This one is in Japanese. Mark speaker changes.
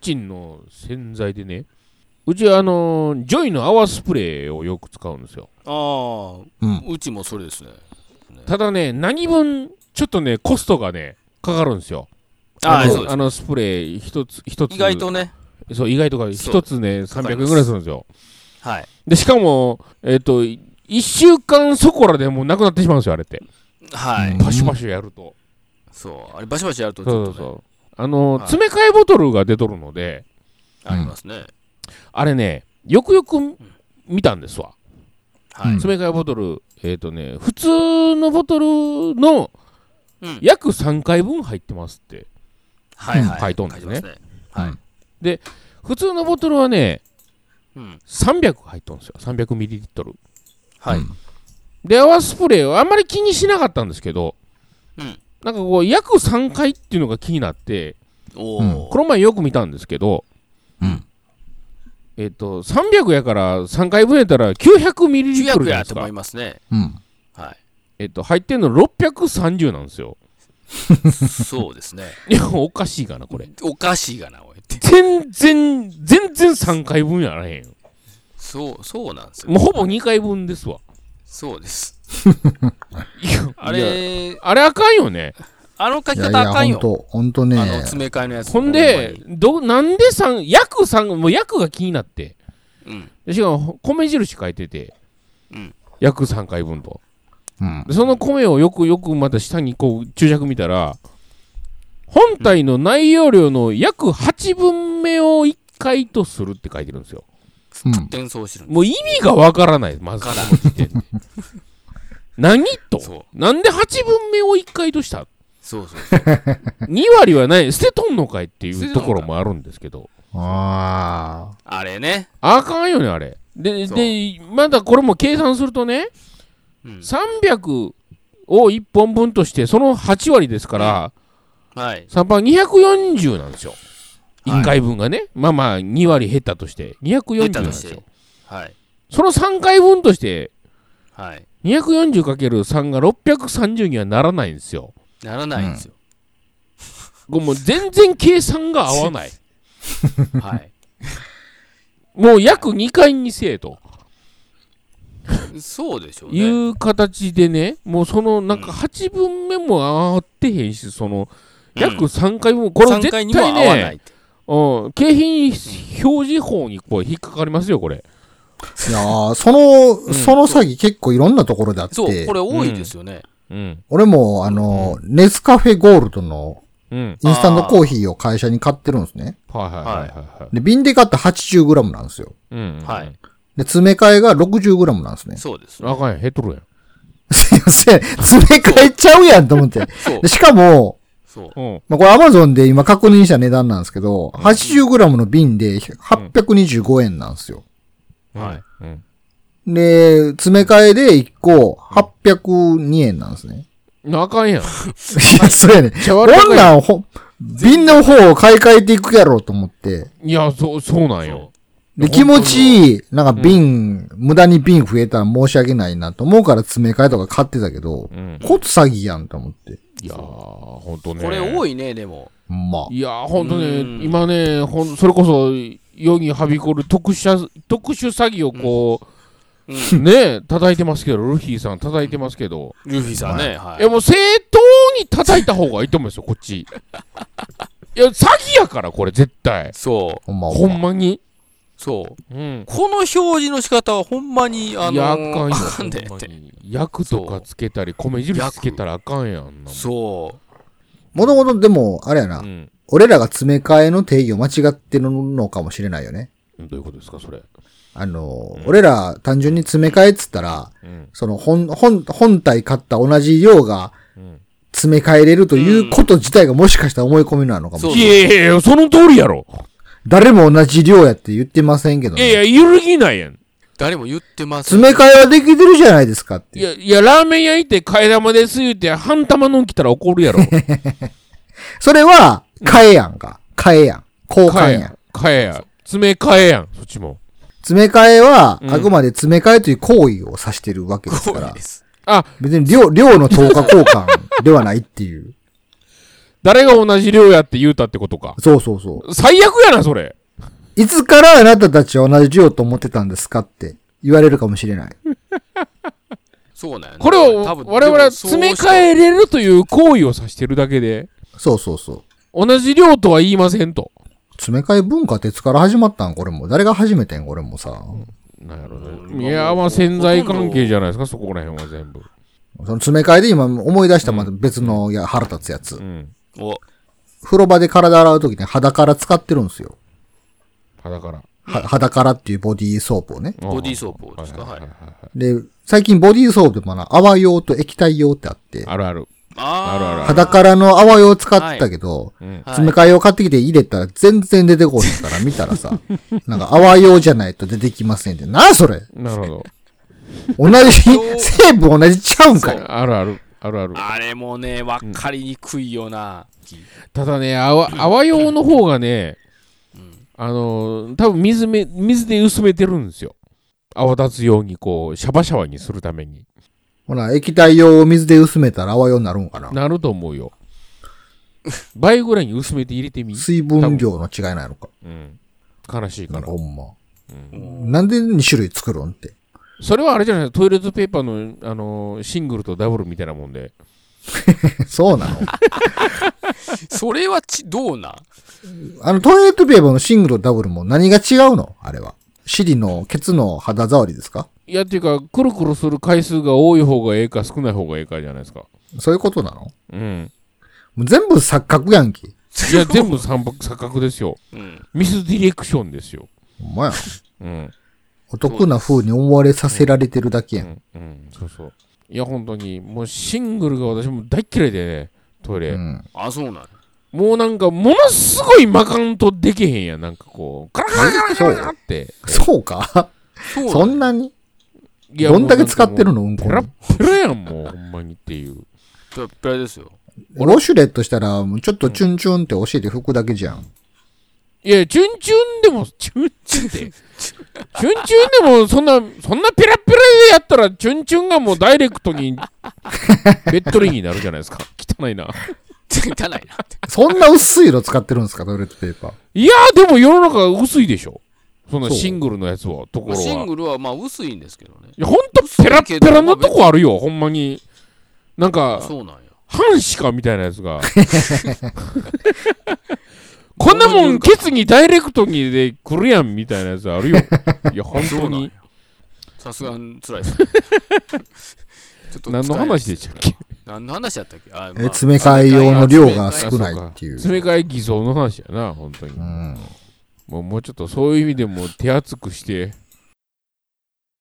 Speaker 1: チンの洗剤でね、うちはあのージョイの泡スプレーをよく使うんですよ。
Speaker 2: あ
Speaker 3: うん
Speaker 2: あ、うちもそれですね。
Speaker 1: ただね、何分、ちょっとね、コストがね、かかるんですよ。
Speaker 2: あ
Speaker 1: あ
Speaker 2: あ、
Speaker 1: の
Speaker 2: そうで
Speaker 1: あ
Speaker 2: す。
Speaker 1: のスプレー一つ、一つ。
Speaker 2: 意外とね、
Speaker 1: そう、意外とか、
Speaker 2: そう
Speaker 1: 一つね、
Speaker 2: か
Speaker 1: 300
Speaker 2: かり
Speaker 1: 円
Speaker 2: ます
Speaker 1: ぐらいするんですよ。
Speaker 2: はい。
Speaker 1: で、しかも、えっ、と、1週間そこらでもうなくなってしまうんですよ、あれって。
Speaker 2: はい。
Speaker 3: うん
Speaker 1: パシュパシュやると。
Speaker 2: そう。あれ、バシバシやると、ち
Speaker 1: そ
Speaker 2: ょ
Speaker 1: うそ
Speaker 2: っと
Speaker 1: う
Speaker 2: ね
Speaker 1: そう。あの、
Speaker 2: はい
Speaker 1: 詰め替えボトルが出とるので、
Speaker 2: ありますね。
Speaker 1: あれね、よくよく見たんですわ。
Speaker 2: はい。
Speaker 1: 詰め替えボトル、えっ、とね、普通のボトルの
Speaker 2: うん
Speaker 1: 約3回分入ってますって。
Speaker 2: はいはい。
Speaker 1: 書いとんですね
Speaker 2: 書いてますね。はい。
Speaker 1: 普通のボトルはね、
Speaker 2: うん。
Speaker 1: 300入っとるんですよ。300ミリリットル。
Speaker 2: はい。
Speaker 1: で、泡スプレーはあんまり気にしなかったんですけど、
Speaker 2: うん
Speaker 1: なんかこう、約3回っていうのが気になって、
Speaker 2: お
Speaker 3: うん
Speaker 1: こ
Speaker 2: お。
Speaker 1: の前よく見たんですけど、
Speaker 3: うん
Speaker 1: えっ、と、300やから3回分やったら900ミリリットル
Speaker 2: 900
Speaker 1: じゃない
Speaker 2: や
Speaker 1: で
Speaker 2: と
Speaker 1: す
Speaker 2: 思
Speaker 1: か
Speaker 2: い。ますね。
Speaker 3: うん
Speaker 2: は
Speaker 1: えっ、と、入ってんの630なんですよ。
Speaker 2: い。そうですね。
Speaker 1: いや、おかしいかな、これ。
Speaker 2: おかしいがな、おいって。
Speaker 1: 全然、全然3回分やらへんよ。
Speaker 2: そう、そうなんですよ。
Speaker 1: もうほぼ2回分ですわ。
Speaker 2: そうです。
Speaker 1: いや
Speaker 2: あ
Speaker 1: いや
Speaker 2: れ、
Speaker 1: あれあかんよね。
Speaker 2: あの書
Speaker 3: い
Speaker 2: き
Speaker 3: やい
Speaker 2: 方
Speaker 3: や、
Speaker 2: あかん
Speaker 3: 本
Speaker 2: よ。
Speaker 3: 当本当
Speaker 2: あの、
Speaker 3: ね。
Speaker 2: 詰め替えのやつ。
Speaker 1: ほんで、ど、なんで3、約3、もう約が気になって。
Speaker 2: ほんまに、
Speaker 1: でしかも、米印書いてて、
Speaker 2: うん
Speaker 1: 約3回分と。
Speaker 3: うん
Speaker 1: でその米をよくよくまた下にこう注釈見たら、本体の内容量の約8分目を1回とするって書いてるんですよ。
Speaker 2: うん。
Speaker 3: う
Speaker 2: 転送してるん
Speaker 1: もう意味がわからない、まず
Speaker 2: わからん
Speaker 1: その時点で何と
Speaker 2: そう。
Speaker 1: なんで8分目を1回とした
Speaker 2: そうそうそう。
Speaker 1: 2割はない捨てとんのかいっていうところもあるんですけど
Speaker 3: ん。あ
Speaker 2: あれね。
Speaker 1: あかんよねあれで
Speaker 2: そう
Speaker 1: でまだこれも計算するとね
Speaker 2: うん。
Speaker 1: 300を1本分としてその8割ですから
Speaker 2: はい。
Speaker 1: 3番240なんですよ
Speaker 2: はい
Speaker 1: 1回分がねまあまあ2割減ったとして240なんです
Speaker 2: 減った
Speaker 1: よ
Speaker 2: とはい。
Speaker 1: その3回分として
Speaker 2: はい。
Speaker 1: 240×3 が630にはならないんですよ
Speaker 2: ならないんですよ。
Speaker 1: これもう全然計算が合わ ない
Speaker 2: はい。
Speaker 1: もう約2回にせえと
Speaker 2: そうでしょうね。
Speaker 1: いう形でね、もうそのなんか
Speaker 2: うん
Speaker 1: 8分目も合ってへんし、その
Speaker 2: うん
Speaker 1: 約3回分、これ
Speaker 2: 三
Speaker 1: 絶
Speaker 2: 回
Speaker 1: 対
Speaker 2: にも合わない
Speaker 1: ね、
Speaker 2: って。
Speaker 1: うん、景品表示法にこう引っかかりますよ、これ。
Speaker 3: あ。いやーその、その詐欺結構いろんなところであっ
Speaker 2: そう、
Speaker 3: て
Speaker 2: こ、れ多いですよね。
Speaker 1: うん。
Speaker 3: 俺も、あの、ネスカフェゴールドの
Speaker 1: うん。
Speaker 3: インスタントコーヒーを会社に買ってるんですね。
Speaker 1: はいはいはいはい。はい
Speaker 3: で、瓶で買った 80g なんですよ。
Speaker 1: うんうん。
Speaker 2: はい
Speaker 3: で、詰め替えが 60g なんですね。
Speaker 2: そうです。
Speaker 1: あかんやん、減っとるやん。
Speaker 3: すいません。詰め替えちゃうやんと 思って。
Speaker 2: そう
Speaker 3: で、しかも、
Speaker 2: そ
Speaker 1: う
Speaker 2: う。
Speaker 1: ん。
Speaker 3: まあ、これ Amazon で今確認した値段なんですけど、80g の瓶で825円なんですよ。
Speaker 2: はい。
Speaker 1: うん。
Speaker 3: で、詰め替えで1個802円なんですね。
Speaker 1: あかんやん。
Speaker 3: いや、 そうやね。
Speaker 1: ちゃ
Speaker 3: こ
Speaker 1: 悪
Speaker 3: ん
Speaker 1: い。
Speaker 3: なんほ、瓶の方を買い替えていくやろうと思って。
Speaker 1: いや、そう、そうなんよ
Speaker 2: そ。
Speaker 3: で、気持ちいい、なんか瓶、無駄に瓶増えたら申し訳ないなと思うから詰め替えとか買ってたけど、
Speaker 1: うん。
Speaker 3: こっち詐欺やんと思って。
Speaker 1: いやー、ほんと
Speaker 2: う
Speaker 1: ね。
Speaker 2: これ多
Speaker 1: い。
Speaker 2: いね、でも。
Speaker 3: まあ。
Speaker 1: いやー、ほんとね
Speaker 2: う、ん
Speaker 1: 今ね、ほん、それこそ、世にはびこる特殊、特殊詐欺をこう、
Speaker 2: うん。
Speaker 1: ねえ叩いてますけどルフィさん叩いてますけど、
Speaker 2: ルフィさんね。は
Speaker 1: い、
Speaker 2: い
Speaker 1: や。もう正当に叩いた方がいいと思うんですよこっ ちいや詐欺やからこれ絶対
Speaker 2: そう。
Speaker 3: ほんま
Speaker 1: ほ
Speaker 3: ほ
Speaker 1: ん
Speaker 3: んま。
Speaker 1: まに
Speaker 2: そう。
Speaker 1: うん
Speaker 2: この表示の仕方はほんまに、あの
Speaker 1: いやあかんよ
Speaker 2: あかんで
Speaker 1: ほ
Speaker 2: っ
Speaker 1: んま
Speaker 2: て。
Speaker 1: に薬とかつけたり米印つけたらあかんやんあんなもん
Speaker 2: そ
Speaker 3: もともとでも、あれやな、
Speaker 1: うん
Speaker 3: 俺らが詰め替えの定義を間違ってるのかもしれないよね。
Speaker 1: どういうことですかそれ、
Speaker 3: あの、俺ら単純に詰め替えっつったら、
Speaker 1: うん
Speaker 3: その本、本、本体買った同じ量が
Speaker 1: うん、
Speaker 3: 詰め替えれるということ自体がもしかしたら思い込みなのかもしれ
Speaker 2: そう
Speaker 3: ない。
Speaker 2: そ
Speaker 1: いや
Speaker 2: う
Speaker 1: いやいやその通りやろ
Speaker 3: 誰も同じ量やって言ってませんけど、
Speaker 1: い
Speaker 3: ね、
Speaker 1: やいや揺るぎないやん
Speaker 2: う。誰も言ってます。
Speaker 3: 詰め替えはできてるじゃないですかって
Speaker 1: い
Speaker 3: いう。
Speaker 1: やいやラーメン屋行って替え玉です言うて半玉のん来たら怒る やろ替
Speaker 3: それは、買えやんか。買えやん。交換
Speaker 1: え
Speaker 3: やん
Speaker 1: や。替えや詰め替えやんそっちも
Speaker 3: 詰め替えは、
Speaker 1: うん
Speaker 3: あくまで詰め替えという行為を指してるわけです
Speaker 2: 行
Speaker 3: か
Speaker 2: 為
Speaker 3: ら
Speaker 2: で。す。
Speaker 1: あ
Speaker 3: 別に量、量の等価交換ではないっていう。
Speaker 1: 誰が同じ量やって言うたってことか。
Speaker 3: そうそうそ
Speaker 1: 最悪やな、それ。
Speaker 3: う。いつからあなたたちは同じ量と思ってたんですかって言われるかもしれない。
Speaker 2: そうなんやな
Speaker 1: これを
Speaker 2: 多分
Speaker 1: 我々は詰め替えれるという行為を指してるだけで、
Speaker 3: そうそうそう。
Speaker 1: 同じ量とは言いませんと。
Speaker 3: 詰め替え文化っていつから始まったんこれも。誰が始めてんこれもさ。
Speaker 1: なるほど。いや、まあ潜在関係じゃないですか、そこら辺は全部。
Speaker 3: その詰め替えで今思い出したまた別のいや腹立つやつ
Speaker 1: う。ん。
Speaker 2: でもそうお
Speaker 3: 風呂場で体洗うときに肌から使ってるんですよ。
Speaker 1: 肌から。
Speaker 3: は肌からっていうボディーソープをね。
Speaker 2: ボディーソープをですかはい
Speaker 3: で、最近ボディーソープでもな、泡用と液体用ってあって、
Speaker 1: あるある。
Speaker 2: あー
Speaker 1: あるある
Speaker 3: 肌からの泡用使ってたけど、
Speaker 1: うん。
Speaker 2: はい
Speaker 3: 詰め替えを買ってきて入れたら全然出てこないから見たら さ、なんか泡用じゃないと出てきませんって。なあそれ
Speaker 1: なるほど。
Speaker 3: 同 じ、成分同じちゃうんかい
Speaker 1: あるある。あるある。
Speaker 2: あれもね、わかりにくいよな。
Speaker 1: ただね、泡泡用の方がね、あのー、多分水め水で薄めてるんですよ。泡立つように、こう、シャバシャバにするために。
Speaker 3: ほら、液体用を水で薄めたら泡用になるんかな
Speaker 1: なると思うよ。倍ぐらいに薄めて入れてみ。
Speaker 3: 水分量の違いないのか。
Speaker 1: うん。悲しい
Speaker 3: な
Speaker 1: か。
Speaker 3: んからほんま。なんで2種類作るんって。
Speaker 1: それはあれじゃないトイレットペーパーの、あのーシングルとダブルみたいなもんで。
Speaker 3: そうなの
Speaker 2: それはち、どうなん
Speaker 3: あのトイレットペーパーのシングルとダブルも何が違うのあれは。尻のケツの肌触りですか
Speaker 1: いや、っていうか、くるくるする回数が多い方がええか、少ない方がええかじゃないですか。
Speaker 3: そういうことなのも
Speaker 1: うん。
Speaker 3: う全部錯覚やんけ。
Speaker 1: いや、全部三角錯覚ですよ。
Speaker 2: うん。
Speaker 1: ミスディレクションですよ。
Speaker 3: ほんまや。
Speaker 1: うん。
Speaker 3: お得な風に思われさせられてるだけやん。
Speaker 1: うん、うん、そうそう。いや、本当に、もうシングルが私も大っ嫌いでね、トイレ。
Speaker 3: うん。
Speaker 2: あ、そうなん
Speaker 1: もうなんか、ものすごいまかんとできへんやん、なんかこう、カラカラカラカラカラって。
Speaker 3: そうか
Speaker 2: そう
Speaker 3: そ
Speaker 2: なん
Speaker 3: んなに
Speaker 1: いや
Speaker 3: どんだけ使ってるのうん
Speaker 1: ペ
Speaker 3: こ
Speaker 1: ラ
Speaker 3: に
Speaker 1: ッ。ペラやん、もう、ほんまにっていう。
Speaker 2: ペラペラですよ。
Speaker 3: ウォシュレットしたら、もうちょっとチュンチュンってお尻拭くだけじゃん。
Speaker 1: いや、チュンチュンでも、 チュンチュンって。チュンチュンでも、そんな、そんなペラペラでやったら、チュンチュンがもうダイレクト に、ベッドリンになるじゃないですか。汚いな。
Speaker 2: 汚い な。
Speaker 3: そんな薄いの使ってるんですかトイレットペーパー。
Speaker 1: いやー、でも世の中薄いでしょ。そんな
Speaker 3: そう
Speaker 1: シングルのやつは、とこ
Speaker 2: まあ
Speaker 1: ろは。
Speaker 2: シングルはまあ薄いんですけどね。
Speaker 1: いや、ほんとペラッペラのとこあるよ、ほんまに。なんか、
Speaker 2: そうなんや。
Speaker 1: 半紙かみたいなやつが。こんなもん、ケツにダイレクトにで来るやんみたいなやつあるよ。いや、本
Speaker 2: そ
Speaker 1: 当
Speaker 2: うなんや
Speaker 1: に。。
Speaker 2: さすがに辛いですね。 ちょっと
Speaker 1: 何の話でしたっけ
Speaker 2: 何の話やったっけあ、
Speaker 3: え詰め替え用の量が少ないっていう。
Speaker 1: 詰め替え偽造の話やな、本当に
Speaker 3: う。ん。
Speaker 1: もうもうちょっとそういう意味でも手厚くして、